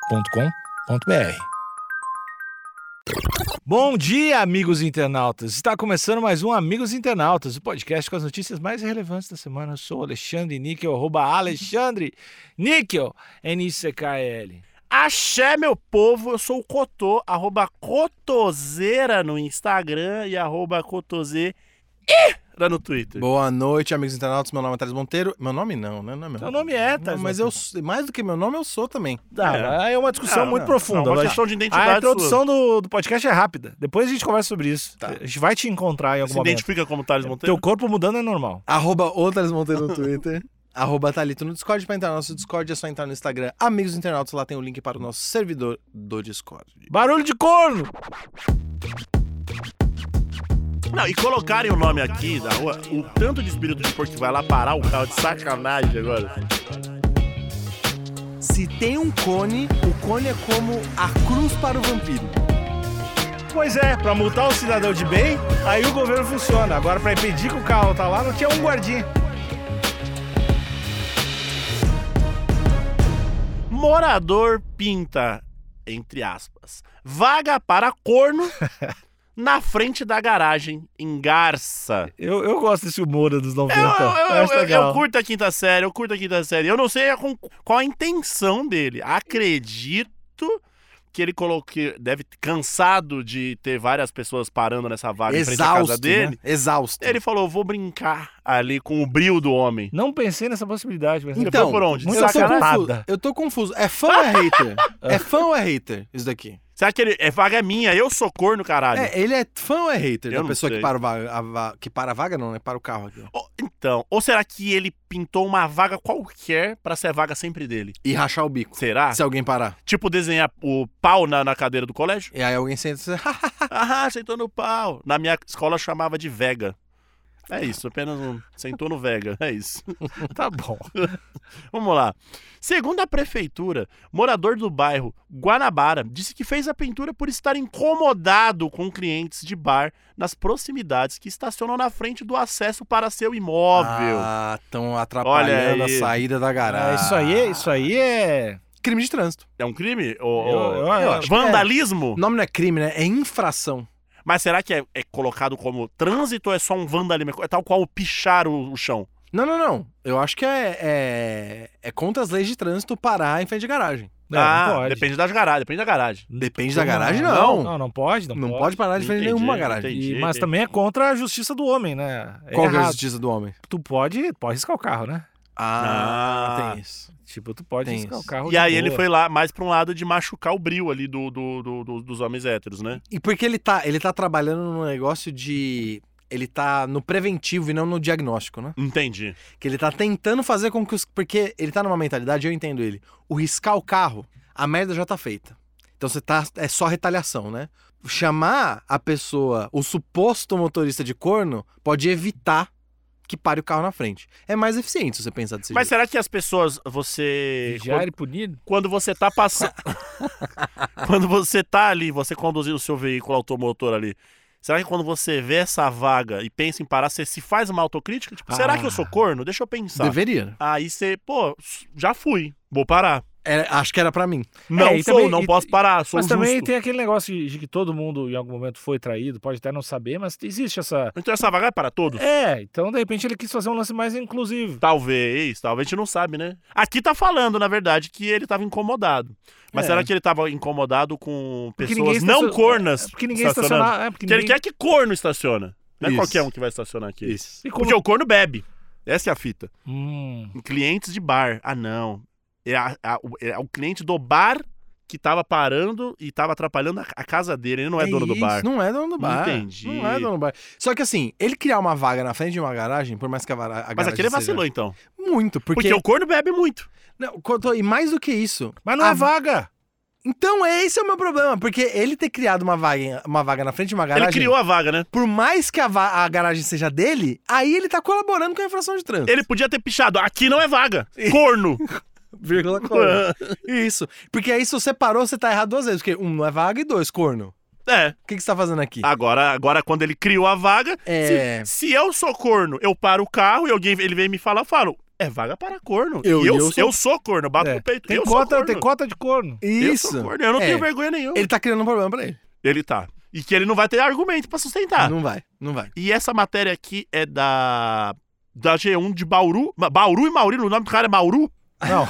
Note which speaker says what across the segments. Speaker 1: agenciadepodcast.com.br. Bom dia, amigos internautas. Está começando mais um Amigos Internautas, o podcast com as notícias mais relevantes da semana. Eu sou o Alexandre Níquel, arroba Alexandre Níquel, N-I-C-K-L.
Speaker 2: Axé, meu povo, eu sou o Cotô, arroba Cotoseira no Instagram e arroba Cotoseira no Twitter.
Speaker 3: Boa noite, amigos internautas. Meu nome é Thales Monteiro. Meu nome não, né? Não é meu
Speaker 1: Seu nome é, tá?
Speaker 3: Não, mas eu, mais do que meu nome, eu sou também.
Speaker 1: Ah, é uma discussão
Speaker 2: Ah,
Speaker 1: muito
Speaker 3: não.
Speaker 1: profunda.
Speaker 2: Não, uma
Speaker 1: Nós-
Speaker 2: questão de identidade
Speaker 1: A introdução
Speaker 2: sua.
Speaker 1: do, do podcast é rápida. Depois a gente conversa sobre isso.
Speaker 3: Tá.
Speaker 1: A gente vai te encontrar em algum
Speaker 2: Se
Speaker 1: momento.
Speaker 2: identifica como Thales
Speaker 1: Teu
Speaker 2: Monteiro?
Speaker 1: corpo mudando é normal.
Speaker 3: Arroba o Thales Monteiro no Twitter. Arroba Thalito no Discord. Pra entrar no nosso Discord é só entrar no Instagram. Amigos internautas, lá tem o link para o nosso servidor do Discord.
Speaker 1: Barulho de corno!
Speaker 2: Não, e colocarem o nome aqui da rua, o tanto de espírito de porco que vai lá parar o carro de sacanagem agora.
Speaker 3: Se tem um cone, o cone é como a cruz para o vampiro.
Speaker 1: Pois é, pra multar o cidadão de bem, aí o governo funciona. Agora, pra impedir que o carro tá lá, não tinha um guardinha.
Speaker 2: Morador pinta, entre aspas, vaga para corno na frente da garagem em Garça.
Speaker 1: Eu, eu gosto desse humor dos 90.
Speaker 2: É, Eu, eu- eu-
Speaker 1: Então, acho
Speaker 2: eu-
Speaker 1: legal.
Speaker 2: eu curto a quinta série, eu curto a quinta série. Eu não sei a com- qual a intenção dele. Acredito que ele colocou que deve ter cansado de ter várias pessoas parando nessa vaga em frente à casa
Speaker 3: Exausto,
Speaker 2: dele.
Speaker 3: né? Exausto.
Speaker 2: Ele falou: vou brincar ali com o brio do homem.
Speaker 1: Não pensei nessa possibilidade, mas... é,
Speaker 2: Então, foi por onde?
Speaker 1: muito
Speaker 3: eu, um tô
Speaker 1: sacanagem.
Speaker 3: confuso. eu tô confuso. É fã ou é hater? É fã ou é hater isso daqui?
Speaker 2: Será que ele. É vaga é minha, eu sou corno, caralho.
Speaker 3: É, ele é fã ou é hater
Speaker 2: Eu
Speaker 3: da
Speaker 2: não
Speaker 3: pessoa
Speaker 2: sei.
Speaker 3: que para, o vaga, a va- que para a vaga, não, né? Para o carro aqui.
Speaker 2: Ou- então, ou será que ele pintou uma vaga qualquer pra ser a vaga sempre dele?
Speaker 3: E rachar o bico.
Speaker 2: Será?
Speaker 3: Se alguém parar.
Speaker 2: Tipo desenhar o pau na, na cadeira do colégio?
Speaker 3: E aí alguém sente
Speaker 2: Ah, sentou no pau. Na minha escola chamava de Vega. É isso, apenas um. Sentou no Vega, é isso.
Speaker 1: Tá bom.
Speaker 2: Vamos lá. Segundo a prefeitura, morador do bairro Guanabara disse que fez a pintura por estar incomodado com clientes de bar nas proximidades que estacionam na frente do acesso para seu imóvel.
Speaker 3: Ah, estão
Speaker 2: Olha
Speaker 3: atrapalhando a
Speaker 2: aí.
Speaker 3: saída da
Speaker 1: Ah,
Speaker 3: garagem.
Speaker 1: isso aí, é- isso aí é...
Speaker 3: Crime de trânsito.
Speaker 2: É um crime? Ô,
Speaker 1: Eu- eu-
Speaker 2: ô,
Speaker 1: eu acho que é.
Speaker 2: vandalismo?
Speaker 3: O nome não é crime, né? É infração.
Speaker 2: Mas será que é, é colocado como trânsito ou é só um vandalismo? É tal qual pichar o- o chão.
Speaker 3: Não, não, não. Eu acho que é, é, é contra as leis de trânsito parar em frente de garagem.
Speaker 1: Não, É, não
Speaker 2: ah,
Speaker 1: pode.
Speaker 2: depende das garagens, depende da garagem.
Speaker 3: Depende da garagem, não.
Speaker 1: Não, não pode, não,
Speaker 3: Não, pode parar de frente de
Speaker 2: Entendi,
Speaker 3: nenhuma garagem.
Speaker 2: entendi.
Speaker 1: E- mas também é contra a justiça do homem, né? É
Speaker 3: Qual que é a
Speaker 1: errado.
Speaker 3: justiça do homem?
Speaker 1: Tu pode, pode riscar o carro, né?
Speaker 2: Ah.
Speaker 3: tem isso.
Speaker 1: Tipo, tu pode
Speaker 3: Tem
Speaker 1: riscar o
Speaker 3: isso.
Speaker 1: carro
Speaker 2: E
Speaker 1: de
Speaker 2: aí
Speaker 1: boa.
Speaker 2: ele foi lá mais pra um lado de machucar o bril ali do, do- do- do- dos homens héteros, né?
Speaker 3: E porque ele tá, ele tá trabalhando num negócio de. Ele tá no preventivo e não no diagnóstico, né?
Speaker 2: Entendi.
Speaker 3: Que ele tá tentando fazer com que os. Porque ele tá numa mentalidade, eu entendo ele. O riscar o carro, a merda já tá feita. Então você tá. É só retaliação, né? Chamar a pessoa, o suposto motorista de corno, pode evitar que pare o carro na frente. É mais eficiente se você pensar desse
Speaker 2: Mas
Speaker 3: jeito.
Speaker 2: será que as pessoas, você.
Speaker 1: Vigiar
Speaker 2: Quando,
Speaker 1: e punir?
Speaker 2: quando você tá passando. quando você tá ali, você conduzindo o seu veículo automotor ali. Será que quando você vê essa vaga e pensa em parar, você se faz uma autocrítica? Tipo, será que eu
Speaker 1: Ah.
Speaker 2: sou corno? Deixa eu pensar.
Speaker 3: Deveria.
Speaker 2: Aí você, pô, já fui, vou parar.
Speaker 3: Era- É, acho que era pra mim.
Speaker 2: Não
Speaker 1: É, e
Speaker 2: sou,
Speaker 1: também-
Speaker 2: não
Speaker 1: e-
Speaker 2: posso parar, sou
Speaker 1: Mas também
Speaker 2: justo.
Speaker 1: tem aquele negócio de, de que todo mundo em algum momento foi traído, pode até não saber, mas existe essa.
Speaker 2: Então essa vaga é para todos?
Speaker 1: É, então de repente ele quis fazer um lance mais inclusivo.
Speaker 2: Talvez, talvez a gente não sabe, né? Aqui tá falando, na verdade, que ele tava incomodado. Mas
Speaker 1: É.
Speaker 2: será que ele tava incomodado com
Speaker 1: Porque ninguém
Speaker 2: pessoas não
Speaker 1: estaciona-
Speaker 3: É,
Speaker 2: cornas?
Speaker 1: Porque ninguém
Speaker 2: estacionando?
Speaker 1: estacionar. É, porque
Speaker 2: Porque ele
Speaker 1: ninguém-
Speaker 2: quer que corno estaciona. Não é
Speaker 3: Isso.
Speaker 2: qualquer um que vai estacionar aqui.
Speaker 3: Isso.
Speaker 1: E como-
Speaker 2: Porque o corno bebe. Essa é a fita.
Speaker 1: Hum,
Speaker 2: Clientes de bar. Ah, não. É, a- a- o- é o cliente do bar que tava parando e tava atrapalhando a, a casa dele. Ele não é, dono do
Speaker 3: isso,
Speaker 2: bar.
Speaker 3: Não é dono do bar.
Speaker 2: Entendi.
Speaker 3: Não é dono do bar. Só que assim, ele criar uma vaga na frente de uma garagem, por mais que a, vara- a é garagem.
Speaker 2: Mas aquele
Speaker 3: seja-
Speaker 2: vacilou, então.
Speaker 3: Muito,
Speaker 2: Porque...
Speaker 3: porque.
Speaker 2: o corno bebe muito.
Speaker 3: Não, Cotô, e mais do que isso.
Speaker 1: Mas não
Speaker 2: Ah,
Speaker 3: a
Speaker 1: é vaga.
Speaker 3: Então esse é o meu problema, porque ele ter criado uma vaga, em- uma vaga na frente de uma garagem.
Speaker 2: Ele criou a vaga, né?
Speaker 3: Por mais que a, va- a garagem seja dele, aí ele tá colaborando com a infração de trânsito.
Speaker 2: Ele podia ter pichado. Aqui não é vaga. Corno.
Speaker 3: Vírgula
Speaker 2: É.
Speaker 3: Isso. Porque aí se você parou, você tá errado duas vezes. Porque um não é vaga e dois, corno.
Speaker 2: É,
Speaker 3: O que, que você tá fazendo aqui?
Speaker 2: agora, agora quando ele criou a vaga,
Speaker 3: É.
Speaker 2: se, se eu sou corno, eu paro o carro e alguém ele vem me falar, eu falo, é vaga para corno.
Speaker 3: Eu-
Speaker 2: E eu,
Speaker 3: eu
Speaker 2: eu,
Speaker 3: sou-
Speaker 2: sou... corno, bato
Speaker 1: É,
Speaker 2: no peito.
Speaker 1: Tem
Speaker 2: eu sou
Speaker 1: cota,
Speaker 2: corno.
Speaker 1: tem cota de corno.
Speaker 2: Eu
Speaker 3: Isso.
Speaker 2: sou corno, eu não
Speaker 3: É.
Speaker 2: tenho vergonha nenhuma.
Speaker 3: Ele
Speaker 2: Ele...
Speaker 3: tá criando um problema pra ele.
Speaker 2: tá. E que ele não vai ter argumento pra sustentar.
Speaker 3: Não vai, não vai.
Speaker 2: E essa matéria aqui é da da G1 de Bauru. Ma- Bauru e Maurílio, o nome do cara é Bauru?
Speaker 1: Não.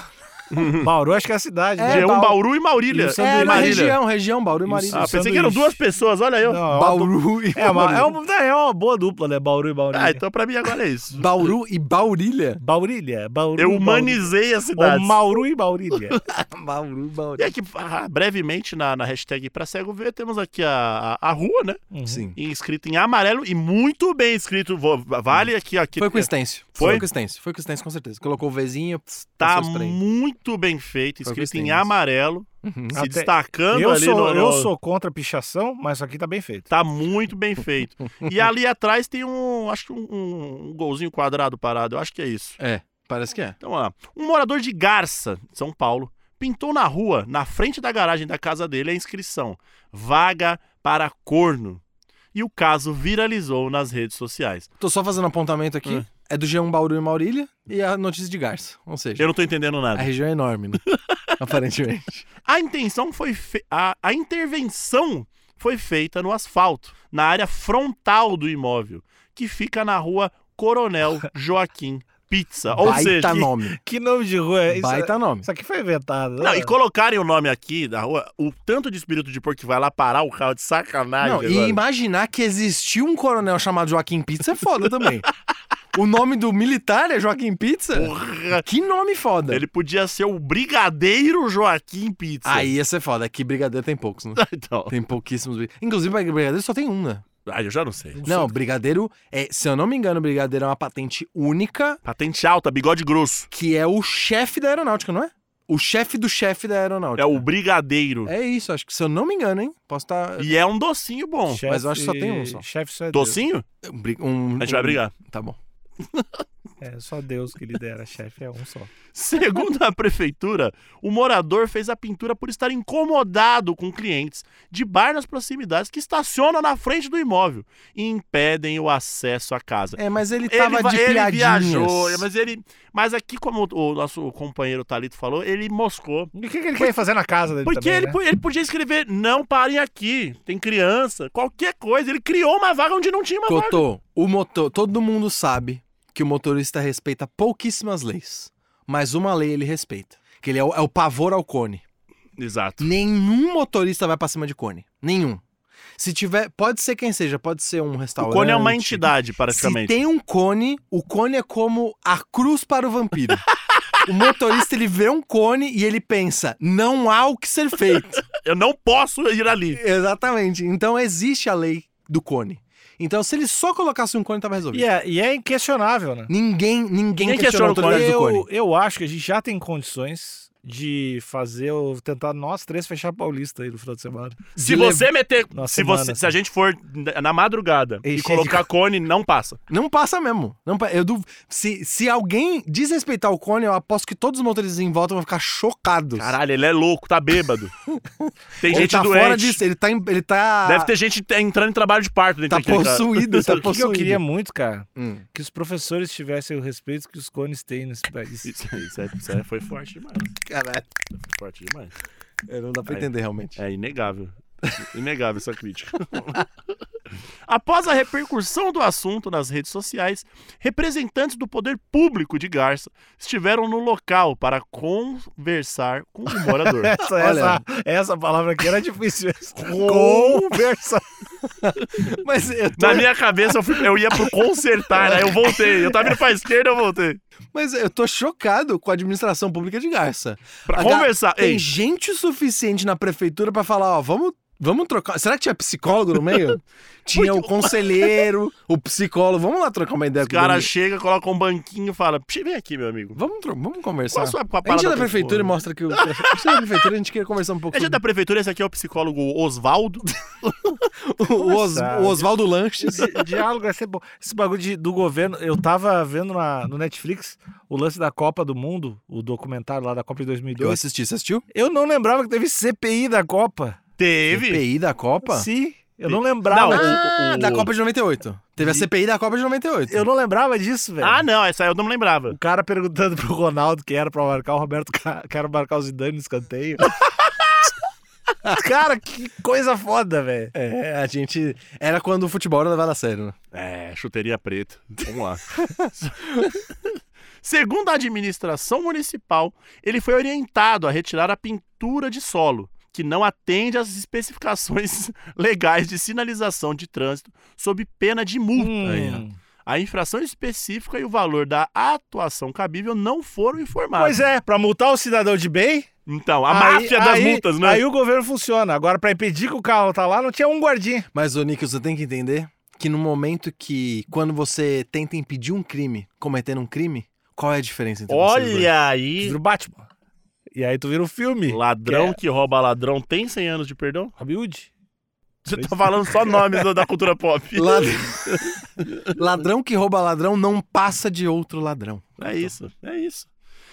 Speaker 1: Bauru, acho que é a cidade.
Speaker 3: É,
Speaker 1: né?
Speaker 2: G1
Speaker 3: Bauru.
Speaker 2: Bauru, e Maurília.
Speaker 1: E o sanduíche.
Speaker 3: É,
Speaker 2: E
Speaker 3: na
Speaker 1: Marília.
Speaker 3: região, região, Bauru e Marília.
Speaker 2: Ah, pensei
Speaker 1: sanduíche.
Speaker 2: que eram duas pessoas, olha eu.
Speaker 1: Não, é uma du-
Speaker 3: Bauru e
Speaker 1: É uma, é,
Speaker 3: Maurília.
Speaker 1: uma, é uma boa dupla, né? Bauru e Bauru.
Speaker 2: Ah, então pra mim agora é isso.
Speaker 3: Bauru e Baurilha?
Speaker 1: Baurilha. Bauru
Speaker 2: Eu
Speaker 1: e Baurilha.
Speaker 2: humanizei a
Speaker 1: Ou
Speaker 2: cidade.
Speaker 1: Mauru e Baurilha.
Speaker 3: Bauru e
Speaker 2: E
Speaker 3: Baurilha.
Speaker 2: aqui, ah, brevemente, na, na hashtag pra cego ver, temos aqui a, a, a rua, né?
Speaker 1: Uhum.
Speaker 3: Sim.
Speaker 2: E Escrita em amarelo e muito bem escrito. Vou- Vale aqui, aqui.
Speaker 3: Foi com o Stêncio.
Speaker 2: é? Foi?
Speaker 3: com o Stêncio. Foi com o Stêncio, com certeza. Colocou o Vzinho. pss,
Speaker 2: Tá
Speaker 3: passou o spray.
Speaker 2: muito bem feito,
Speaker 3: Foi com
Speaker 2: escrito em
Speaker 3: Stêncio.
Speaker 2: amarelo,
Speaker 3: Uhum.
Speaker 2: se
Speaker 1: Até-
Speaker 2: destacando
Speaker 1: Eu
Speaker 2: ali
Speaker 1: sou,
Speaker 2: no, no-
Speaker 1: eu sou contra a pichação, mas isso aqui tá bem feito.
Speaker 2: Tá muito bem feito. E ali atrás tem um, acho que um, um- um golzinho quadrado parado, eu acho que é isso.
Speaker 3: É, parece que é.
Speaker 2: Então, ó, um morador de Garça, São Paulo, pintou na rua, na frente da garagem da casa dele, a inscrição: Vaga para corno. E o caso viralizou nas redes sociais.
Speaker 3: Tô só fazendo apontamento aqui.
Speaker 2: Ah.
Speaker 3: É do G1 Bauru e Maurília e a notícia de Garça. Ou seja,
Speaker 2: Eu não tô entendendo
Speaker 3: a
Speaker 2: nada.
Speaker 3: região é enorme, né? Aparentemente.
Speaker 2: A intenção foi fe- a, a intervenção foi feita no asfalto, na área frontal do imóvel, que fica na rua Coronel Joaquim Pizza. Ou
Speaker 3: Baita
Speaker 2: seja, que-
Speaker 3: nome.
Speaker 1: Que nome de rua é isso?
Speaker 3: Baita nome.
Speaker 1: Isso aqui foi inventado.
Speaker 2: Não,
Speaker 1: né?
Speaker 2: e colocarem o nome aqui da rua, o tanto de espírito de porco que vai lá parar o carro de sacanagem.
Speaker 3: Não, e
Speaker 2: agora.
Speaker 3: imaginar que existiu um coronel chamado Joaquim Pizza é foda também. o nome do militar é Joaquim Pizza?
Speaker 2: Porra!
Speaker 3: Que nome foda.
Speaker 2: Ele podia ser o Brigadeiro Joaquim Pizza.
Speaker 3: Aí ia ser foda. Aqui brigadeiro tem poucos, né?
Speaker 2: Então,
Speaker 3: Tem pouquíssimos. bri- Inclusive, pra brigadeiro só tem um, né?
Speaker 2: aí eu já não sei.
Speaker 3: Não, brigadeiro é, se eu não me engano, brigadeiro é uma patente única
Speaker 2: Patente alta, bigode grosso.
Speaker 3: que é o chefe da aeronáutica, não é? O chefe do chefe da
Speaker 2: É
Speaker 3: aeronáutica.
Speaker 2: o Brigadeiro.
Speaker 3: É isso, acho que se eu não me engano, hein? Posso tá, estar.
Speaker 2: E é um docinho bom.
Speaker 1: Chefe-
Speaker 3: mas eu acho que só tem um só.
Speaker 1: Chefe só é Deus.
Speaker 2: Docinho?
Speaker 3: Um, bri- um-
Speaker 2: A gente vai
Speaker 3: um-
Speaker 2: brigar.
Speaker 3: Tá bom.
Speaker 1: É só Deus que lidera. Chefe é um só.
Speaker 2: Segundo a prefeitura, o morador fez a pintura por estar incomodado com clientes de bar nas proximidades que estacionam na frente do imóvel e impedem o acesso à casa.
Speaker 3: É, mas ele
Speaker 2: Tá. Ele,
Speaker 3: tava
Speaker 2: va-
Speaker 3: de
Speaker 2: ele
Speaker 3: piadinhas.
Speaker 2: viajou, mas ele, mas aqui como o nosso companheiro Talito falou, ele moscou.
Speaker 1: E o que, que ele quer fazer na casa dele
Speaker 2: Porque
Speaker 1: também,
Speaker 2: ele,
Speaker 1: né?
Speaker 2: po- ele podia escrever não parem aqui, tem criança, qualquer coisa. Ele criou uma vaga onde não tinha uma vaga.
Speaker 3: Cotô, o motor. Todo mundo sabe que o motorista respeita pouquíssimas leis. Mas uma lei ele respeita. Que ele é o, é o pavor ao cone.
Speaker 2: Exato.
Speaker 3: Nenhum motorista vai pra cima de cone. Nenhum. Se tiver. Pode ser quem seja, pode ser um
Speaker 2: O
Speaker 3: restaurante.
Speaker 2: Cone é uma entidade,
Speaker 3: Se
Speaker 2: praticamente.
Speaker 3: tem um cone, o cone é como a cruz para o vampiro. o motorista ele vê um cone e ele pensa: não há o que ser feito.
Speaker 2: Eu não posso ir ali.
Speaker 3: Exatamente. Então existe a lei do cone. Então se ele só colocasse um cone, tava resolvido.
Speaker 1: E é, e é inquestionável, né?
Speaker 3: Ninguém, ninguém,
Speaker 2: Ninguém questiona
Speaker 3: questiona a
Speaker 2: o cone.
Speaker 3: autoridade do cone.
Speaker 1: Eu, eu acho que a gente já tem condições de fazer, o- tentar nós três fechar a Paulista aí no final de semana.
Speaker 2: Se
Speaker 3: lev-
Speaker 2: você meter.
Speaker 1: Na
Speaker 2: se,
Speaker 1: semana,
Speaker 2: você,
Speaker 1: assim.
Speaker 2: se a gente for na- na madrugada
Speaker 3: Encher
Speaker 2: e
Speaker 3: de
Speaker 2: colocar cone, não passa.
Speaker 3: Não passa mesmo. Não, pa- eu duv... se, se alguém desrespeitar o cone, eu aposto que todos os motoristas em volta vão ficar chocados.
Speaker 2: Caralho, ele é louco, tá bêbado. Tem
Speaker 3: ele
Speaker 2: gente
Speaker 3: tá
Speaker 2: doente.
Speaker 3: fora disso, ele tá. em- Ele tá
Speaker 2: Deve ter gente te- entrando em trabalho de parto dentro
Speaker 3: Tá
Speaker 2: daquele cara.
Speaker 3: possuído, tá
Speaker 1: O que que eu
Speaker 3: possuído.
Speaker 1: queria muito, cara,
Speaker 3: Hum.
Speaker 1: que os professores tivessem o respeito que os cones têm nesse país.
Speaker 2: Isso, isso, é- isso aí foi forte demais.
Speaker 3: Caralho.
Speaker 2: Foi forte demais.
Speaker 3: É, Não dá pra
Speaker 2: Aí.
Speaker 3: entender realmente.
Speaker 2: É inegável. Inegável essa crítica. Após a repercussão do assunto nas redes sociais, representantes do poder público de Garça estiveram no local para conversar com o morador.
Speaker 1: Essa,
Speaker 3: Olha.
Speaker 1: essa, essa palavra aqui era difícil.
Speaker 3: Conversa. Mas eu tô,
Speaker 2: Na minha cabeça, eu, fui- eu ia pro consertar, aí eu voltei. Eu tava indo pra esquerda, eu voltei.
Speaker 3: mas eu tô chocado com a administração pública de Garça.
Speaker 2: Pra
Speaker 3: A ga-
Speaker 2: conversar.
Speaker 3: Tem
Speaker 2: Ei,
Speaker 3: gente o suficiente na prefeitura pra falar, ó, vamos, vamos trocar. Será que tinha psicólogo no meio? tinha o conselheiro, o psicólogo. Vamos lá trocar uma ideia
Speaker 2: os
Speaker 3: com o
Speaker 2: caras
Speaker 3: Domingo.
Speaker 2: chegam, colocam um banquinho e falam: "Psh, vem aqui, meu amigo.
Speaker 3: Vamos, tro- vamos
Speaker 2: Qual
Speaker 3: conversar.
Speaker 2: a sua com a
Speaker 3: A gente
Speaker 2: parada?
Speaker 3: é da
Speaker 2: com-
Speaker 3: prefeitura e mostra que o. A gente é da prefeitura, a gente queria conversar um pouco.
Speaker 2: A gente é da prefeitura, esse aqui é o psicólogo Osvaldo.
Speaker 3: sobre- O, Os- o Oswaldo Lanches.
Speaker 1: Di- Diálogo é ser bom. Esse bagulho de- do governo, eu tava vendo na- no Netflix o lance da Copa do Mundo, o documentário lá da Copa de
Speaker 3: Eu
Speaker 1: 2002.
Speaker 3: assisti, você assistiu?
Speaker 1: Eu, não lembrava que teve CPI da Copa.
Speaker 2: Teve.
Speaker 3: PI da Copa?
Speaker 1: Sim, eu não
Speaker 2: Não,
Speaker 1: lembrava.
Speaker 2: o-
Speaker 3: Ah,
Speaker 2: o-
Speaker 3: da Copa de 98. Teve a CPI da Copa de 98.
Speaker 1: Eu não lembrava disso, velho.
Speaker 2: Ah, não, essa eu não me
Speaker 1: O
Speaker 2: lembrava.
Speaker 1: cara perguntando pro Ronaldo quem era pra marcar, o Roberto Ca- quero marcar o Zidane no escanteio. cara, que coisa foda, velho.
Speaker 3: É, a gente. Era quando o futebol era levado a sério, né?
Speaker 2: É, chuteria preta. Vamos lá. Segundo a administração municipal, ele foi orientado a retirar a pintura de solo, que não atende às especificações legais de sinalização de trânsito, sob pena de multa. Hum. Aí, ó. A infração específica e o valor da atuação cabível não foram informados.
Speaker 1: Pois é, pra multar o cidadão de bem.
Speaker 2: Então, a
Speaker 1: aí-
Speaker 2: máfia das
Speaker 1: aí-
Speaker 2: multas, né?
Speaker 1: Aí o governo funciona. Agora, pra impedir que o carro tá lá, não tinha um guardinha.
Speaker 3: Mas, ô, Nick, você tem que entender que no momento que. Quando você tenta impedir um crime cometendo um crime, qual é a diferença entre vocês dois?
Speaker 2: Olha
Speaker 1: Tu
Speaker 2: aí.
Speaker 1: Vira o Batman. E aí tu vira o filme.
Speaker 2: Ladrão que é. rouba ladrão tem 100 anos de perdão?
Speaker 1: Robin Hood.
Speaker 2: Você tá falando só nomes da- da cultura pop.
Speaker 3: Lad- ladrão que rouba ladrão não passa de outro ladrão.
Speaker 2: É isso, é isso.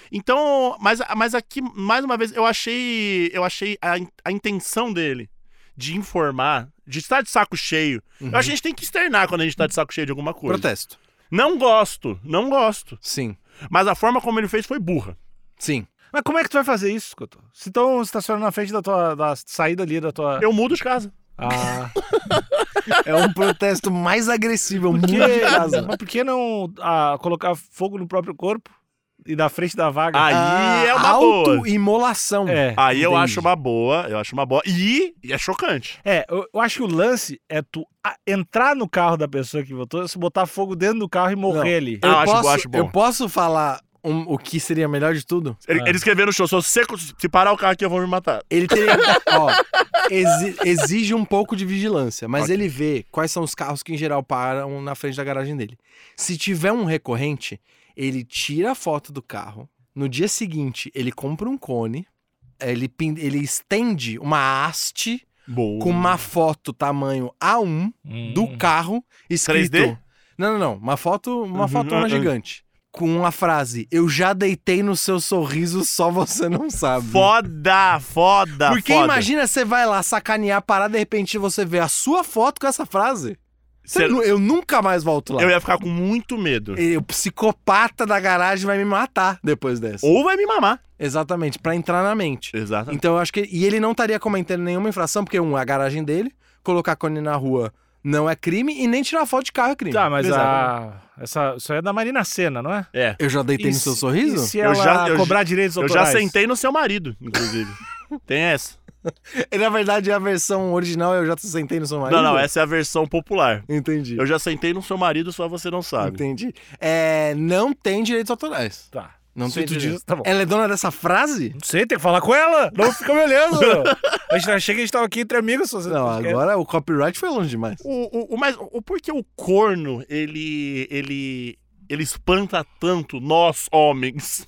Speaker 2: Então, mas, mas aqui, mais uma vez, eu achei. Eu achei a, in- a intenção dele de informar, de estar de saco cheio. Eu acho que a gente tem que externar quando a gente tá de saco cheio de alguma coisa.
Speaker 3: Uhum. Protesto.
Speaker 2: Não gosto, não gosto.
Speaker 3: Sim.
Speaker 2: Mas a forma como ele fez foi burra.
Speaker 3: Sim.
Speaker 1: Mas como é que tu vai fazer isso, Couto? Se estão estacionando na frente da tua da saída ali da tua.
Speaker 2: Eu mudo de casa.
Speaker 1: Ah,
Speaker 3: É um protesto mais agressivo, muito
Speaker 1: que...
Speaker 3: de casa.
Speaker 1: Mas por que não ah, colocar fogo no próprio corpo e da frente da vaga?
Speaker 2: Aí é uma boa.
Speaker 3: Autoimolação.
Speaker 1: É.
Speaker 2: Aí eu
Speaker 3: Entendi.
Speaker 2: acho uma boa, eu acho uma boa. E, e é chocante.
Speaker 1: É, eu, eu acho que o lance é tu a- entrar no carro da pessoa que votou, se botar fogo dentro do carro e morrer ali.
Speaker 2: Eu acho-
Speaker 3: posso,
Speaker 2: acho bom.
Speaker 3: eu posso falar um- o que seria melhor de tudo?
Speaker 2: Ele,
Speaker 1: Ah.
Speaker 2: ele escreveu no show: se, você- se parar o carro aqui, eu vou me matar.
Speaker 3: Ele teria. ó, exi- exige um pouco de vigilância, mas ele vê quais são os carros que em geral param na frente da garagem dele. Se tiver um recorrente, ele tira a foto do carro. No dia seguinte, ele compra um cone. Ele, pin- ele estende uma haste
Speaker 2: Boa.
Speaker 3: com uma foto tamanho A1 do carro escrito.
Speaker 2: 3D?
Speaker 3: Não, não, não. Uma foto, uma
Speaker 2: Uhum,
Speaker 3: fotona
Speaker 2: uhum.
Speaker 3: gigante. Com a frase: Eu já deitei no seu sorriso, só você não sabe.
Speaker 2: Foda, foda,
Speaker 3: Porque
Speaker 2: Tá foda.
Speaker 3: imagina você vai lá sacanear, parar, de repente você vê a sua foto com essa frase. Você
Speaker 2: Cê-
Speaker 3: nu- Eu nunca mais volto lá.
Speaker 2: Eu ia ficar com muito medo.
Speaker 3: E O psicopata da garagem vai me matar depois dessa.
Speaker 2: Ou vai me mamar.
Speaker 3: Exatamente, pra entrar na mente.
Speaker 2: Exatamente.
Speaker 3: Então eu acho que. E ele não estaria comentando nenhuma infração, porque, um, é a garagem dele, colocar cone na rua não é crime, e nem tirar foto de carro é crime.
Speaker 1: Tá, mas
Speaker 3: Exatamente.
Speaker 1: a, essa, isso aí é da Marina Senna, não é?
Speaker 2: É.
Speaker 3: Eu já deitei
Speaker 1: E
Speaker 3: no seu
Speaker 1: se-
Speaker 3: sorriso?
Speaker 1: e se
Speaker 2: Eu
Speaker 1: ela
Speaker 2: já- eu
Speaker 1: cobrar direitos
Speaker 2: Eu já
Speaker 1: autorais?
Speaker 2: sentei no seu marido, inclusive. Tem essa.
Speaker 3: E, Na verdade, a versão original eu já sentei no seu marido.
Speaker 2: Não, não, essa é a versão popular.
Speaker 3: Entendi.
Speaker 2: Eu já sentei no seu marido, só você não sabe.
Speaker 3: Entendi. É, não tem direitos autorais.
Speaker 1: Tá.
Speaker 3: Não
Speaker 1: Se
Speaker 3: tem
Speaker 1: tu
Speaker 3: direito.
Speaker 1: diz, tá bom.
Speaker 3: Ela é dona dessa frase?
Speaker 1: Não sei, tem que falar com ela. Não fica me olhando. meu. a gente achei que a gente tava aqui entre amigos. se Você
Speaker 3: Não,
Speaker 1: você quer.
Speaker 3: agora o copyright foi longe demais.
Speaker 2: O, o, o, mas o porquê o corno, ele. ele. ele espanta tanto nós, homens.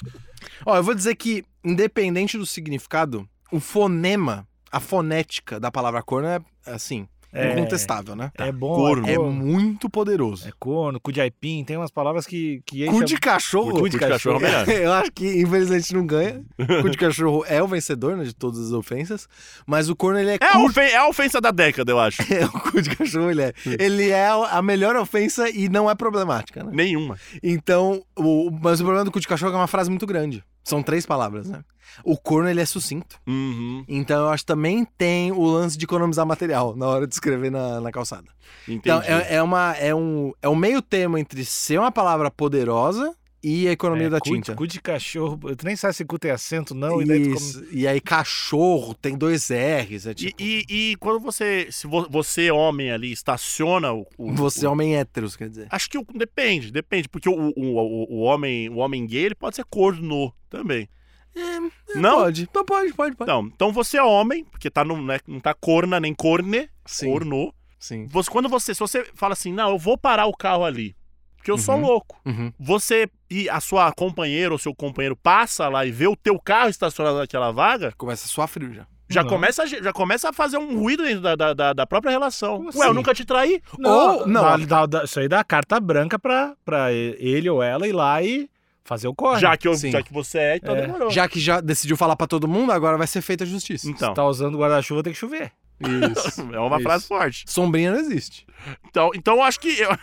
Speaker 3: Ó, eu vou dizer que, independente do significado, o fonema, a fonética da palavra corno é, assim,
Speaker 1: É.
Speaker 3: incontestável, né?
Speaker 1: É bom.
Speaker 2: Corno.
Speaker 1: É
Speaker 3: É
Speaker 1: corno,
Speaker 3: muito poderoso.
Speaker 1: é corno cu de aipim. Tem umas palavras que... que
Speaker 3: Cu
Speaker 1: enchem-
Speaker 3: de cachorro.
Speaker 2: Cu de cachorro é melhor.
Speaker 3: Eu acho que, infelizmente, não ganha. Cu de cachorro é o vencedor, né, de todas as ofensas. Mas o corno, ele é,
Speaker 2: É a,
Speaker 3: cu...
Speaker 2: ofen- é a ofensa da década, eu acho.
Speaker 3: é o cu de cachorro, ele é. Ele é a melhor ofensa e não é problemática, né?
Speaker 2: Nenhuma.
Speaker 3: Então, o, mas o problema do cu de cachorro é que é uma frase muito grande. São três palavras, né? O corno, ele é sucinto.
Speaker 2: Uhum.
Speaker 3: Então, eu acho que também tem o lance de economizar material na hora de escrever na, na calçada.
Speaker 2: Entendi.
Speaker 3: Então, é, é uma, é, um, é um meio termo entre ser uma palavra poderosa e a economia
Speaker 1: É,
Speaker 3: da
Speaker 1: cu de-
Speaker 3: tinta.
Speaker 1: Cu de cachorro. Tu nem sabe se cu tem acento, não. E daí tu come-
Speaker 3: Isso. E aí, cachorro tem dois R's. É
Speaker 2: E,
Speaker 3: tipo,
Speaker 2: e, e quando você. Se vo- você, homem, ali, estaciona o. o-
Speaker 3: você é homem hétero, quer dizer.
Speaker 2: Acho que o- depende, depende, porque o, o, o, o homem, o homem gay ele pode ser corno também.
Speaker 1: É,
Speaker 2: não?
Speaker 3: Pode. Então, Pode, pode, pode.
Speaker 2: Então, então você é homem, porque tá no, né, não tá corna nem corne,
Speaker 3: Sim,
Speaker 2: corno.
Speaker 3: sim.
Speaker 2: Você, quando você, se você fala assim, não, eu vou parar o carro ali, porque eu sou
Speaker 3: Uhum.
Speaker 2: louco.
Speaker 3: Uhum.
Speaker 2: Você e a sua companheira ou seu companheiro passa lá e vê o teu carro estacionado naquela vaga,
Speaker 3: Começa a suar frio já.
Speaker 2: já
Speaker 1: Não.
Speaker 2: começa, a ge- já começa a fazer um ruído dentro da, da, da- da própria relação.
Speaker 3: Como
Speaker 2: Ué, eu
Speaker 3: assim?
Speaker 2: nunca te traí?
Speaker 3: Ou- não,
Speaker 1: dá-
Speaker 3: a-
Speaker 1: dá- dá- isso aí dá carta branca pra, pra e- ele ou ela ir lá e fazer o corre.
Speaker 2: Já que, eu,
Speaker 3: Sim.
Speaker 2: já que você é, então
Speaker 1: É.
Speaker 2: demorou.
Speaker 3: Já que já decidiu falar pra todo mundo, agora vai ser feita a justiça.
Speaker 1: Se
Speaker 2: Então,
Speaker 1: tá usando guarda-chuva, tem que chover.
Speaker 3: Isso.
Speaker 2: é uma
Speaker 3: Isso.
Speaker 2: frase forte.
Speaker 3: Sombrinha não existe.
Speaker 2: Então, então eu acho que eu,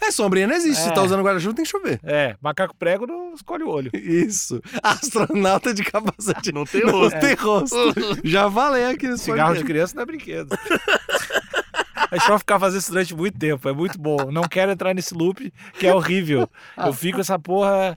Speaker 3: É, sombrinha não existe. Se
Speaker 1: É.
Speaker 3: tá usando guarda-chuva, tem que chover.
Speaker 1: É, macaco prego não escolhe o olho.
Speaker 3: Isso. Astronauta de capacete.
Speaker 2: Não tem
Speaker 3: Não
Speaker 2: rosto.
Speaker 3: tem rosto. Já falei aqui nesse
Speaker 1: Cigarro de
Speaker 3: podcast.
Speaker 1: criança não é brinquedo. A gente vai ficar fazendo isso durante muito tempo, é muito bom. Não quero entrar nesse loop, que é horrível. Eu fico essa porra.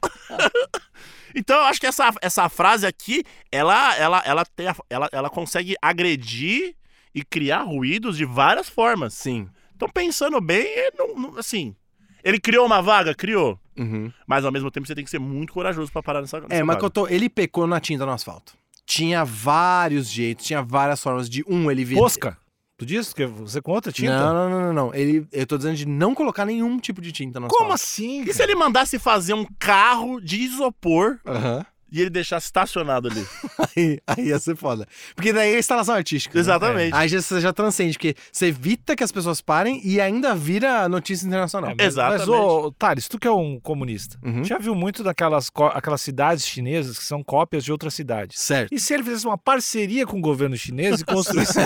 Speaker 2: Então, eu acho que essa, essa frase aqui, ela, ela, ela, tem a- ela, ela consegue agredir e criar ruídos de várias formas.
Speaker 3: Sim.
Speaker 2: Então, pensando bem, é não- não- assim. Ele criou uma vaga? Criou.
Speaker 3: Uhum.
Speaker 2: Mas ao mesmo tempo você tem que ser muito corajoso pra parar nessa.
Speaker 3: É,
Speaker 2: nessa
Speaker 3: mas
Speaker 2: vaga.
Speaker 3: Cotô, ele pecou na tinta no asfalto. Tinha vários jeitos, tinha várias formas de um ele vir.
Speaker 1: Posca. Tu disse que você conta tinta?
Speaker 3: Não, não, não, não, não. Ele, eu tô dizendo de não colocar nenhum tipo de tinta no
Speaker 1: Como
Speaker 3: asfalto.
Speaker 1: assim?
Speaker 2: E se ele mandasse fazer um carro de isopor
Speaker 3: Como assim?
Speaker 2: e ele deixasse estacionado ali?
Speaker 3: É. Aí, aí ia ser foda. Porque daí é instalação artística. né?
Speaker 2: Exatamente.
Speaker 3: Aí já- você já transcende, porque você evita que as pessoas parem e ainda vira notícia internacional.
Speaker 1: É, mas-
Speaker 2: Exatamente.
Speaker 1: Mas, ô, Thales, tu que é um comunista,
Speaker 3: Uhum.
Speaker 1: já viu muito daquelas co- aquelas cidades chinesas que são cópias de outras cidades.
Speaker 3: Certo.
Speaker 1: E se ele fizesse uma parceria com o governo chinês e construísse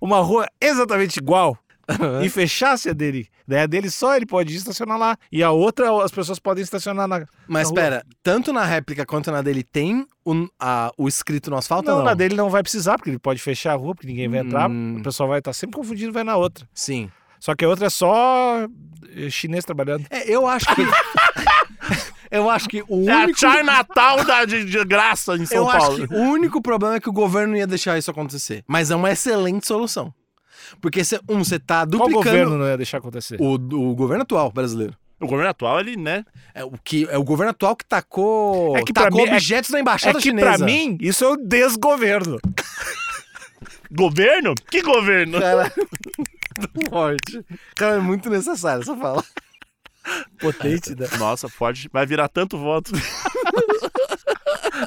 Speaker 1: uma rua exatamente igual e fechasse a dele, né? a dele só ele pode estacionar lá e a outra as pessoas podem estacionar na
Speaker 3: Mas
Speaker 1: Na
Speaker 3: espera, tanto na réplica quanto na dele tem o, a- o escrito no asfalto? ou
Speaker 1: não,
Speaker 3: Não,
Speaker 1: na dele não vai precisar porque ele pode fechar a rua porque ninguém vai entrar,
Speaker 3: Hum.
Speaker 1: o pessoal vai estar sempre confundindo vai na outra.
Speaker 3: Sim.
Speaker 1: Só que a outra é só eh, chinês trabalhando.
Speaker 3: É, eu acho que. eu acho que o
Speaker 2: É a
Speaker 3: único.
Speaker 2: Chinatown da, de, de graça em São
Speaker 3: Eu
Speaker 2: Paulo.
Speaker 3: acho que o único problema é que o governo não ia deixar isso acontecer. Mas é uma excelente solução. Porque, cê, um, você tá
Speaker 1: Qual
Speaker 3: duplicando.
Speaker 1: governo não ia deixar acontecer?
Speaker 3: O, o governo atual brasileiro.
Speaker 2: O governo atual, ele, né?
Speaker 3: É o, que, é o governo atual que tacou,
Speaker 1: É que pra
Speaker 3: tacou
Speaker 1: mim- é-
Speaker 3: objetos na
Speaker 1: É
Speaker 3: embaixada
Speaker 1: que
Speaker 3: chinesa.
Speaker 1: pra mim isso é um desgoverno.
Speaker 2: Governo? Que governo?
Speaker 3: Cara, É, muito forte. Cara, é muito necessário essa fala.
Speaker 1: Potente, né?
Speaker 2: Nossa, pode. Vai virar tanto voto.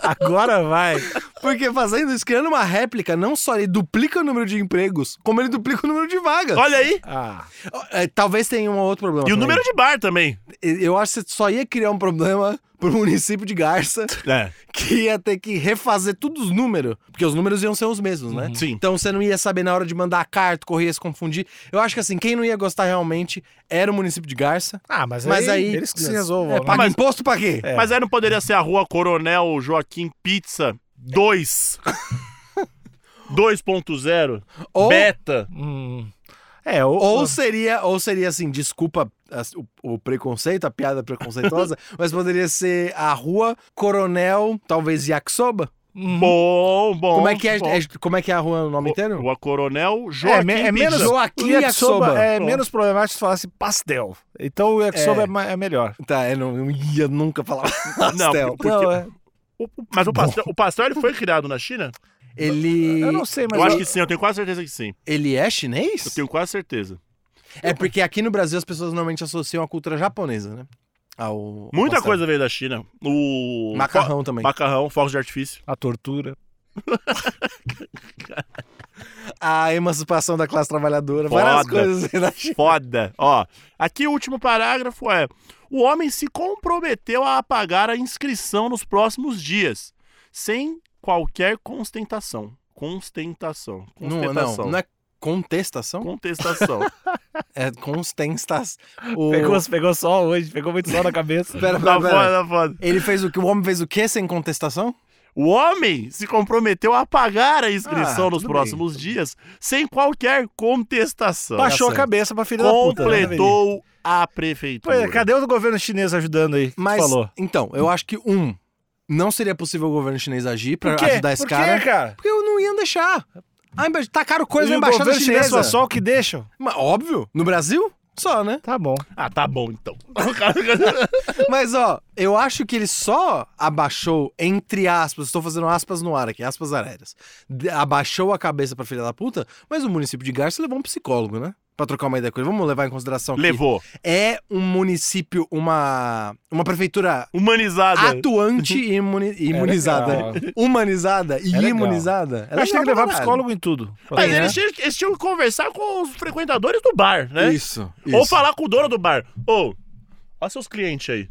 Speaker 1: Agora vai.
Speaker 3: Porque fazendo isso, criando uma réplica, não só ele duplica o número de empregos, como ele duplica o número de vagas.
Speaker 2: Olha aí.
Speaker 1: Ah,
Speaker 3: É, Talvez tenha um outro problema.
Speaker 2: E o
Speaker 3: também.
Speaker 2: número de bar também.
Speaker 3: Eu acho que você só ia criar um problema pro município de Garça,
Speaker 2: É.
Speaker 3: que ia ter que refazer todos os números, porque os números iam ser os mesmos, né?
Speaker 2: Uhum. Sim.
Speaker 3: Então você não ia saber na hora de mandar a carta, correr ia se confundir. Eu acho que assim, quem não ia gostar realmente era o município de Garça.
Speaker 1: ah mas,
Speaker 3: Mas
Speaker 1: aí,
Speaker 3: aí-
Speaker 1: eles que se resolvam.
Speaker 3: É,
Speaker 1: né?
Speaker 3: paga
Speaker 2: Mas-
Speaker 3: imposto pra quê?
Speaker 1: É.
Speaker 2: Mas aí não poderia ser a rua Coronel Joaquim Pizza 2. 2.0.
Speaker 3: Ou,
Speaker 2: Beta.
Speaker 1: Hum. É, ou,
Speaker 3: ou seria, ou seria assim, desculpa as- o, o preconceito, a piada preconceituosa, mas poderia ser a rua Coronel, talvez Yakisoba?
Speaker 1: Hum.
Speaker 2: Bom, bom.
Speaker 3: Como é que é,
Speaker 2: bom.
Speaker 3: é- como é que é a rua o nome inteiro?
Speaker 2: Rua Coronel
Speaker 1: é,
Speaker 2: Joaquim
Speaker 1: me- é menos
Speaker 2: Pizza.
Speaker 1: o
Speaker 3: Joaquim
Speaker 1: yakisoba
Speaker 3: Yakisoba.
Speaker 1: é
Speaker 2: Pô.
Speaker 1: menos problemático se falasse pastel. Então o yakisoba é, ma- é melhor.
Speaker 3: Tá, eu não eu ia nunca falar pastel.
Speaker 2: porque-
Speaker 1: Não, é-
Speaker 2: O- o- Mas o pastel, o pastel ele foi criado na China?
Speaker 3: Ele
Speaker 1: eu não sei, mas
Speaker 2: eu acho que sim, eu tenho quase certeza que sim.
Speaker 3: ele é chinês?
Speaker 2: Eu tenho quase certeza.
Speaker 3: É porque aqui no Brasil as pessoas normalmente associam a cultura japonesa, né? Ao, ao
Speaker 2: Muita
Speaker 3: pastel.
Speaker 2: coisa veio da China. O
Speaker 3: Macarrão também.
Speaker 2: Macarrão, fogos de artifício.
Speaker 1: a tortura.
Speaker 3: A emancipação da classe trabalhadora,
Speaker 2: Foda.
Speaker 3: várias coisas da China.
Speaker 2: Foda. Ó, aqui o último parágrafo é: o homem se comprometeu a apagar a inscrição nos próximos dias, sem qualquer constentação. Constentação.
Speaker 3: Não, não,
Speaker 2: Constentação.
Speaker 3: não é contestação?
Speaker 2: Contestação.
Speaker 3: É constestação. O...
Speaker 1: Pegou, pegou sol hoje, pegou muito sol na cabeça.
Speaker 3: Pera,
Speaker 2: tá foda,
Speaker 3: pera, pera.
Speaker 2: tá foda.
Speaker 3: Ele fez o que? O homem fez o quê sem contestação?
Speaker 2: O homem se comprometeu a apagar a inscrição
Speaker 3: Ah,
Speaker 2: nos
Speaker 3: tudo
Speaker 2: próximos dias, sem qualquer contestação.
Speaker 1: Baixou a
Speaker 3: certo.
Speaker 1: cabeça pra filha da puta. né, Verinha?
Speaker 2: Completou a prefeitura.
Speaker 1: Pois é, cadê o governo chinês ajudando aí? que tu
Speaker 3: Mas,
Speaker 1: falou.
Speaker 3: então, eu acho que, um, não seria possível o governo chinês agir pra
Speaker 1: Por quê?
Speaker 3: ajudar esse
Speaker 1: Por
Speaker 3: cara.
Speaker 1: Quê, cara? é,
Speaker 3: Porque eu não ia deixar. Ah, emba- tacaram coisa
Speaker 1: E
Speaker 3: na
Speaker 1: o
Speaker 3: embaixada
Speaker 1: governo chinês
Speaker 3: chinesa.
Speaker 1: só sol que deixam?
Speaker 3: Mas, óbvio. No Brasil? Só, né?
Speaker 1: Tá bom.
Speaker 2: Ah, tá bom então.
Speaker 3: Mas, ó, eu acho que ele só abaixou, entre aspas, estou fazendo aspas no ar aqui, aspas aéreas. de- Abaixou a cabeça pra filha da puta, mas o município de Garça levou um psicólogo, né? Pra trocar uma ideia com ele. Vamos levar em consideração que
Speaker 2: Levou.
Speaker 3: é um município, uma, uma prefeitura
Speaker 2: Humanizada.
Speaker 3: atuante e imuni- imunizada.
Speaker 1: legal.
Speaker 3: Humanizada e
Speaker 1: É legal.
Speaker 3: imunizada. É
Speaker 1: Eu acho que tem
Speaker 3: legal
Speaker 1: que levar
Speaker 3: pra caralho.
Speaker 1: psicólogo em tudo.
Speaker 2: Mas
Speaker 3: Tem,
Speaker 2: eles,
Speaker 3: né?
Speaker 2: tinham, eles tinham que conversar com os frequentadores do bar, né?
Speaker 3: É Isso,
Speaker 2: Ou
Speaker 3: isso.
Speaker 2: falar com o dono do bar. Ô, olha seus clientes aí.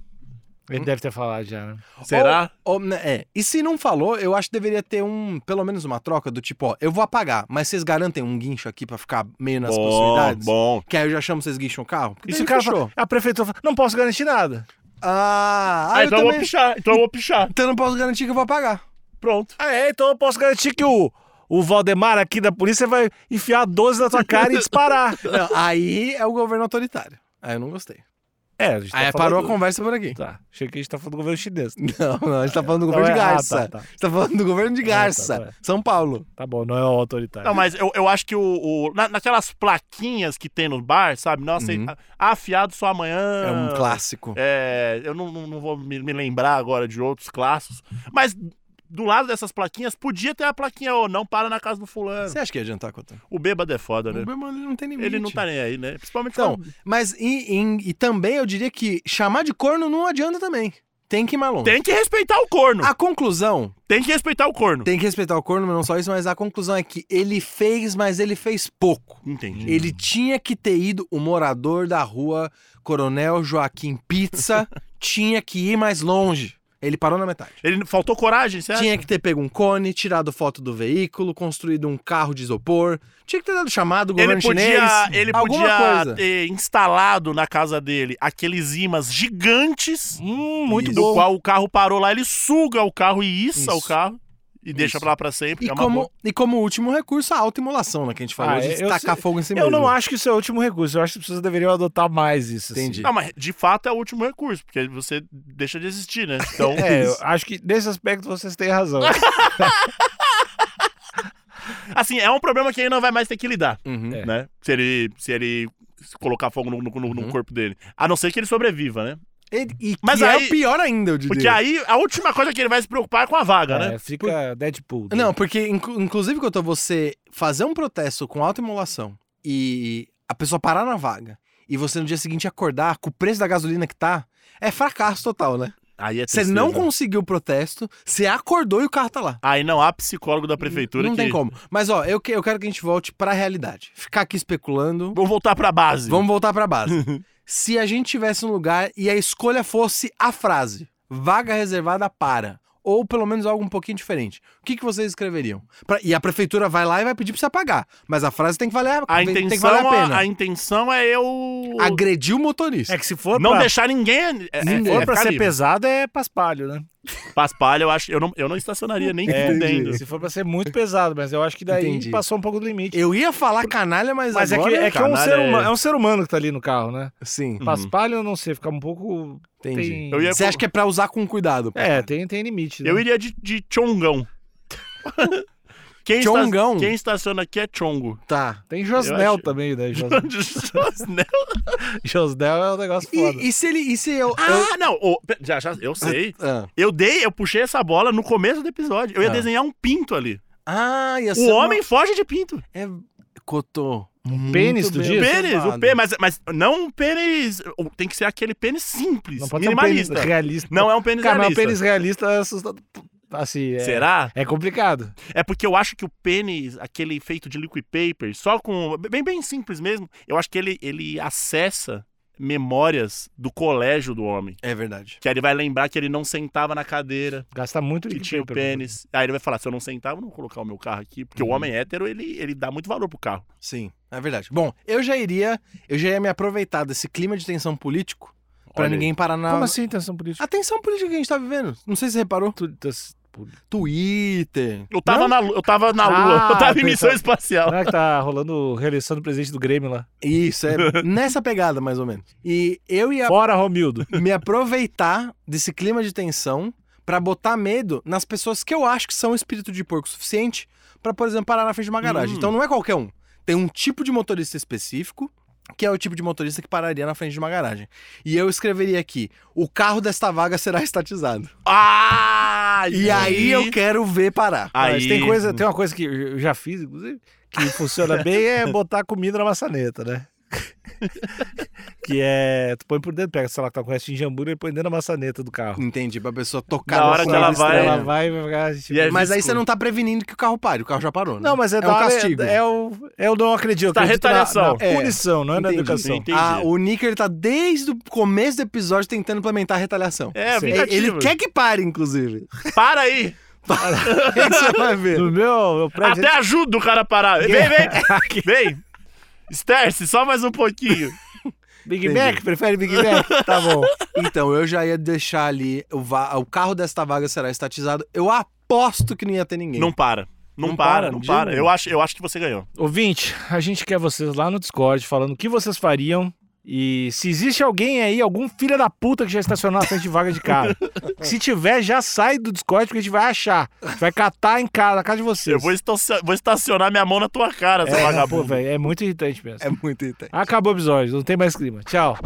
Speaker 1: Ele deve ter falado já, né?
Speaker 2: Será?
Speaker 3: Ou, né, é. E se não falou, eu acho que deveria ter um, pelo menos uma troca do tipo, ó, eu vou apagar, mas vocês garantem um guincho aqui pra ficar meio nas
Speaker 2: bom,
Speaker 3: proximidades?
Speaker 2: bom.
Speaker 3: Que aí eu já chamo vocês guincham o carro? Porque
Speaker 1: Isso
Speaker 3: daí
Speaker 1: o cara
Speaker 3: fechou.
Speaker 1: fala, a prefeitura fala, não posso garantir nada.
Speaker 3: Ah, ah,
Speaker 2: Ah,
Speaker 3: eu
Speaker 2: então eu vou
Speaker 3: também...
Speaker 2: pichar, então eu vou pichar.
Speaker 3: Então eu não posso garantir que eu vou apagar.
Speaker 2: Pronto.
Speaker 1: Ah, é, então eu posso garantir que o, o Valdemar aqui da polícia vai enfiar 12 na tua cara e disparar.
Speaker 3: Não, aí é o governo autoritário. Aí eu não gostei.
Speaker 1: É, a gente tá
Speaker 3: Aí
Speaker 1: falando-
Speaker 3: parou a conversa por aqui.
Speaker 1: Tá, achei que a gente tá falando do governo chinês.
Speaker 3: Não, não, a gente tá falando do governo de
Speaker 1: é- ah,
Speaker 3: Garça.
Speaker 1: tá, tá.
Speaker 3: A gente tá falando do governo de Garça,
Speaker 1: tá, tá.
Speaker 3: São Paulo.
Speaker 1: Tá bom, não é o autoritário.
Speaker 2: Não, mas eu, eu acho que o. o- na- naquelas plaquinhas que tem no bar, sabe? Nossa,
Speaker 3: Uhum.
Speaker 2: afiado só amanhã.
Speaker 3: É um clássico.
Speaker 2: É, eu não, não- não vou me, me lembrar agora de outros clássicos. Mas do lado dessas plaquinhas, podia ter a plaquinha, ô, não para na casa do fulano.
Speaker 3: Você acha que ia adiantar, Cotan?
Speaker 2: O bêbado é foda, né?
Speaker 3: O Berman, ele não tem um limite.
Speaker 2: Ele não tá nem aí, né? Principalmente
Speaker 3: Então,
Speaker 2: quando-
Speaker 3: mas e, e- e também eu diria que chamar de corno não adianta também. Tem que ir mais longe.
Speaker 2: Tem que respeitar o corno.
Speaker 3: A conclusão,
Speaker 2: Tem que respeitar o corno.
Speaker 3: tem que respeitar o corno, mas não só isso, mas a conclusão é que ele fez, mas ele fez pouco.
Speaker 2: Entendi.
Speaker 3: Ele tinha que ter ido, o morador da rua Coronel Joaquim Pizza tinha que ir mais longe. Ele parou na metade.
Speaker 2: Ele faltou coragem, certo?
Speaker 3: Tinha que ter pego um cone, tirado foto do veículo, construído um carro de isopor. Tinha que ter dado chamado,
Speaker 2: Ele
Speaker 3: governo chinês.
Speaker 2: podia, ele
Speaker 3: alguma
Speaker 2: podia
Speaker 3: coisa.
Speaker 2: ter instalado na casa dele aqueles imãs gigantes
Speaker 1: Hum, muito
Speaker 3: Isso.
Speaker 2: do
Speaker 1: bom.
Speaker 2: qual o carro parou lá, ele suga o carro e issa
Speaker 3: Isso.
Speaker 2: o carro e deixa pra lá pra sempre.
Speaker 3: E
Speaker 2: é uma boa.
Speaker 3: como, e como último recurso, a autoimolação, né? Que a gente falou
Speaker 1: Ah,
Speaker 3: de
Speaker 1: eu
Speaker 3: tacar
Speaker 1: sei-
Speaker 3: fogo em si
Speaker 1: Eu
Speaker 3: mesmo.
Speaker 1: não acho que isso é o último recurso. Eu acho que as pessoas deveriam adotar mais isso. assim.
Speaker 3: Entendi.
Speaker 2: Não, mas de fato é o último recurso, porque você deixa de existir, né? Então,
Speaker 1: É, eu acho que nesse aspecto vocês têm razão.
Speaker 2: assim, é um problema que ele não vai mais ter que lidar,
Speaker 3: Uhum.
Speaker 1: É.
Speaker 2: né? Se ele, se ele colocar fogo no, no- no
Speaker 3: Uhum.
Speaker 2: corpo dele. A não ser que ele sobreviva, né?
Speaker 3: E, e
Speaker 2: Mas
Speaker 3: que
Speaker 2: aí-
Speaker 3: é o pior ainda, eu diria.
Speaker 2: Porque aí a última coisa que ele vai se preocupar é com a vaga, né?
Speaker 1: É, fica Deadpool. né?
Speaker 3: Não, porque inclu- inclusive quando você fazer um protesto com autoimolação e a pessoa parar na vaga e você no dia seguinte acordar com o preço da gasolina que tá, é fracasso total, né?
Speaker 2: Aí é
Speaker 3: Você
Speaker 2: tristeza.
Speaker 3: não conseguiu o protesto, você acordou e o carro tá lá.
Speaker 2: Aí não há psicólogo da prefeitura
Speaker 3: não
Speaker 2: que.
Speaker 3: tem como. Mas ó, eu, que- eu quero que a gente volte pra realidade. Ficar aqui especulando,
Speaker 2: Vamos voltar pra base.
Speaker 3: vamos voltar pra base. Se a gente tivesse um lugar e a escolha fosse a frase vaga reservada para, ou pelo menos algo um pouquinho diferente, o que, que vocês escreveriam? Pra- e a prefeitura vai lá e vai pedir pra você apagar, mas a frase tem que valer a,
Speaker 2: A
Speaker 3: tem que
Speaker 2: intenção,
Speaker 3: valer a pena.
Speaker 2: a, intenção é eu.
Speaker 3: Agredir o motorista.
Speaker 1: É que se for
Speaker 2: Não
Speaker 1: pra,
Speaker 2: deixar ninguém. É,
Speaker 1: se
Speaker 2: é,
Speaker 1: for
Speaker 2: é
Speaker 1: pra
Speaker 2: ficar
Speaker 1: ser
Speaker 2: livre.
Speaker 1: pesado, é paspalho, né?
Speaker 2: Paspalho, eu acho. Eu não, eu não estacionaria nem fudendo.
Speaker 1: Se for pra ser muito pesado, mas eu acho que daí
Speaker 3: Entendi.
Speaker 1: passou um pouco do limite.
Speaker 3: Eu ia falar canalha, mas,
Speaker 1: Mas é que,
Speaker 3: agora...
Speaker 1: é, que é um
Speaker 2: canalha
Speaker 1: ser humano,
Speaker 2: é- Uhum.
Speaker 1: é um ser humano que tá ali no carro, né?
Speaker 3: Sim,
Speaker 1: Paspalho, eu não sei, fica um pouco.
Speaker 3: entendi.
Speaker 1: Tem...
Speaker 2: Eu ia-
Speaker 3: Você acha que é pra usar com cuidado? pô?
Speaker 1: É, tem, tem limite. né?
Speaker 2: Eu iria de, de Chongão. quem esta-
Speaker 3: Chongão?
Speaker 2: quem estaciona aqui é Chongo.
Speaker 3: Tá.
Speaker 1: Tem Josnel
Speaker 2: acho-
Speaker 1: também, né? Jos-
Speaker 2: Né?
Speaker 1: Josnel é um negócio foda.
Speaker 3: E, e se ele... E se eu... eu-
Speaker 2: ah, não. ô, pe- já, já, eu sei.
Speaker 3: Ah.
Speaker 2: Eu dei, eu puxei essa bola no começo do episódio. Eu ia
Speaker 3: Ah.
Speaker 2: desenhar um pinto ali.
Speaker 3: Ah, ia ser
Speaker 2: O
Speaker 3: uma-
Speaker 2: Um homem foge de pinto.
Speaker 3: É... Cotô.
Speaker 1: pênis,
Speaker 3: muito
Speaker 1: tu
Speaker 3: bem
Speaker 1: diz?
Speaker 2: Um Pênis, o
Speaker 3: observado.
Speaker 2: pênis, mas, mas não um pênis. ou Tem que ser aquele pênis simples,
Speaker 1: Não pode ser um pênis
Speaker 2: minimalista.
Speaker 1: realista.
Speaker 2: Não é um pênis
Speaker 1: Cara, mas o
Speaker 2: realista.
Speaker 1: pênis realista é assustador. Assim, é,
Speaker 2: Será?
Speaker 1: é complicado.
Speaker 2: É porque eu acho que o pênis, aquele feito de liquid paper, só com. Bem, bem simples mesmo, eu acho que ele, ele acessa memórias do colégio do homem.
Speaker 3: É verdade.
Speaker 2: Que aí ele vai lembrar que ele não sentava na cadeira,
Speaker 1: Gasta muito
Speaker 2: que
Speaker 1: liquid
Speaker 2: tinha o
Speaker 1: paper.
Speaker 2: Tipo pênis.
Speaker 1: né?
Speaker 2: Aí ele vai falar: se eu não sentava, eu não vou colocar o meu carro aqui. Porque
Speaker 1: Uhum.
Speaker 2: o homem hétero, ele, ele dá muito valor pro carro.
Speaker 3: Sim, é verdade. Bom, eu já iria, eu já ia me aproveitar desse clima de tensão político pra
Speaker 2: Olha aí.
Speaker 3: ninguém parar na
Speaker 2: Ah,
Speaker 1: Como assim, intenção política?
Speaker 3: A tensão política que a gente tá vivendo. Não sei se você reparou.
Speaker 1: Tu- tu- pu-
Speaker 3: Twitter.
Speaker 2: Eu tava na lua, eu tava na
Speaker 1: Ah,
Speaker 2: lua, eu tava em
Speaker 1: pensava-
Speaker 2: missão espacial.
Speaker 1: Não é que tá rolando reeleição do presidente do Grêmio lá?
Speaker 3: Isso, é nessa pegada mais ou menos. E eu
Speaker 2: É.
Speaker 3: ia
Speaker 1: Fora, Romildo.
Speaker 3: me aproveitar desse clima de tensão pra botar medo nas pessoas que eu acho que são espírito de porco suficiente pra, por exemplo, parar na frente de uma garagem.
Speaker 2: Hum.
Speaker 3: Então não é qualquer um. Tem um tipo de motorista específico, que é o tipo de motorista que pararia na frente de uma garagem. E eu escreveria aqui: o carro desta vaga será estatizado.
Speaker 2: Ah!
Speaker 3: E aí eu quero ver parar.
Speaker 1: Ah, Mas
Speaker 2: Aí,
Speaker 1: tem, coisa, tem uma coisa que eu já fiz, inclusive, que funciona bem, é botar comida na maçaneta, né? que é. Tu põe por dentro, pega, sei lá, que tá com o resto de jambu e põe dentro da maçaneta do carro.
Speaker 3: Entendi, pra pessoa tocar
Speaker 2: Na hora
Speaker 3: sua
Speaker 2: que ela
Speaker 3: estrela.
Speaker 2: vai-
Speaker 1: Ela vai, vai ficar. tipo,
Speaker 2: E é
Speaker 3: Mas aí
Speaker 2: visco.
Speaker 3: você não tá prevenindo que o carro pare, o carro já parou, né?
Speaker 1: Não, mas é,
Speaker 3: É um
Speaker 1: da-
Speaker 3: castigo.
Speaker 1: É, o, é o não acredito. eu
Speaker 2: Tá,
Speaker 1: acredito na-
Speaker 2: retaliação.
Speaker 1: Na, punição, não é na
Speaker 3: Entendi.
Speaker 1: educação.
Speaker 2: Entendi.
Speaker 3: Ah, o Nick ele tá desde o começo do episódio tentando implementar a retaliação.
Speaker 2: É,
Speaker 1: Sim.
Speaker 2: vingativo.
Speaker 3: Ele quer que pare, inclusive.
Speaker 2: Para aí!
Speaker 3: Aí você vai ver.
Speaker 1: No meu, meu prédio.
Speaker 2: Até ajuda o cara a parar. Vem, vem! vem! Sterce, só mais um pouquinho.
Speaker 1: Big
Speaker 3: Entendi.
Speaker 1: Mac, prefere Big Mac? tá bom.
Speaker 3: Então, eu já ia deixar ali. O, va- o carro desta vaga será estatizado. Eu aposto que não ia ter ninguém.
Speaker 2: Não para. Não,
Speaker 3: Não
Speaker 2: para,
Speaker 3: para,
Speaker 2: não
Speaker 3: de
Speaker 2: para.
Speaker 3: novo.
Speaker 2: Eu acho, eu acho que você ganhou.
Speaker 1: Ouvinte, a gente quer vocês lá no Discord falando o que vocês fariam. E se existe alguém aí, algum filho da puta que já estacionou na frente de vaga de carro. se tiver, já sai do Discord porque a gente vai achar. A gente Vai catar em casa, na casa de vocês.
Speaker 2: Eu vou, estacio- vou estacionar minha mão na tua cara, seu
Speaker 1: é, pô,
Speaker 2: vagabundo.
Speaker 1: velho, é muito irritante mesmo.
Speaker 3: É muito irritante.
Speaker 1: Acabou o episódio, não tem mais clima. Tchau.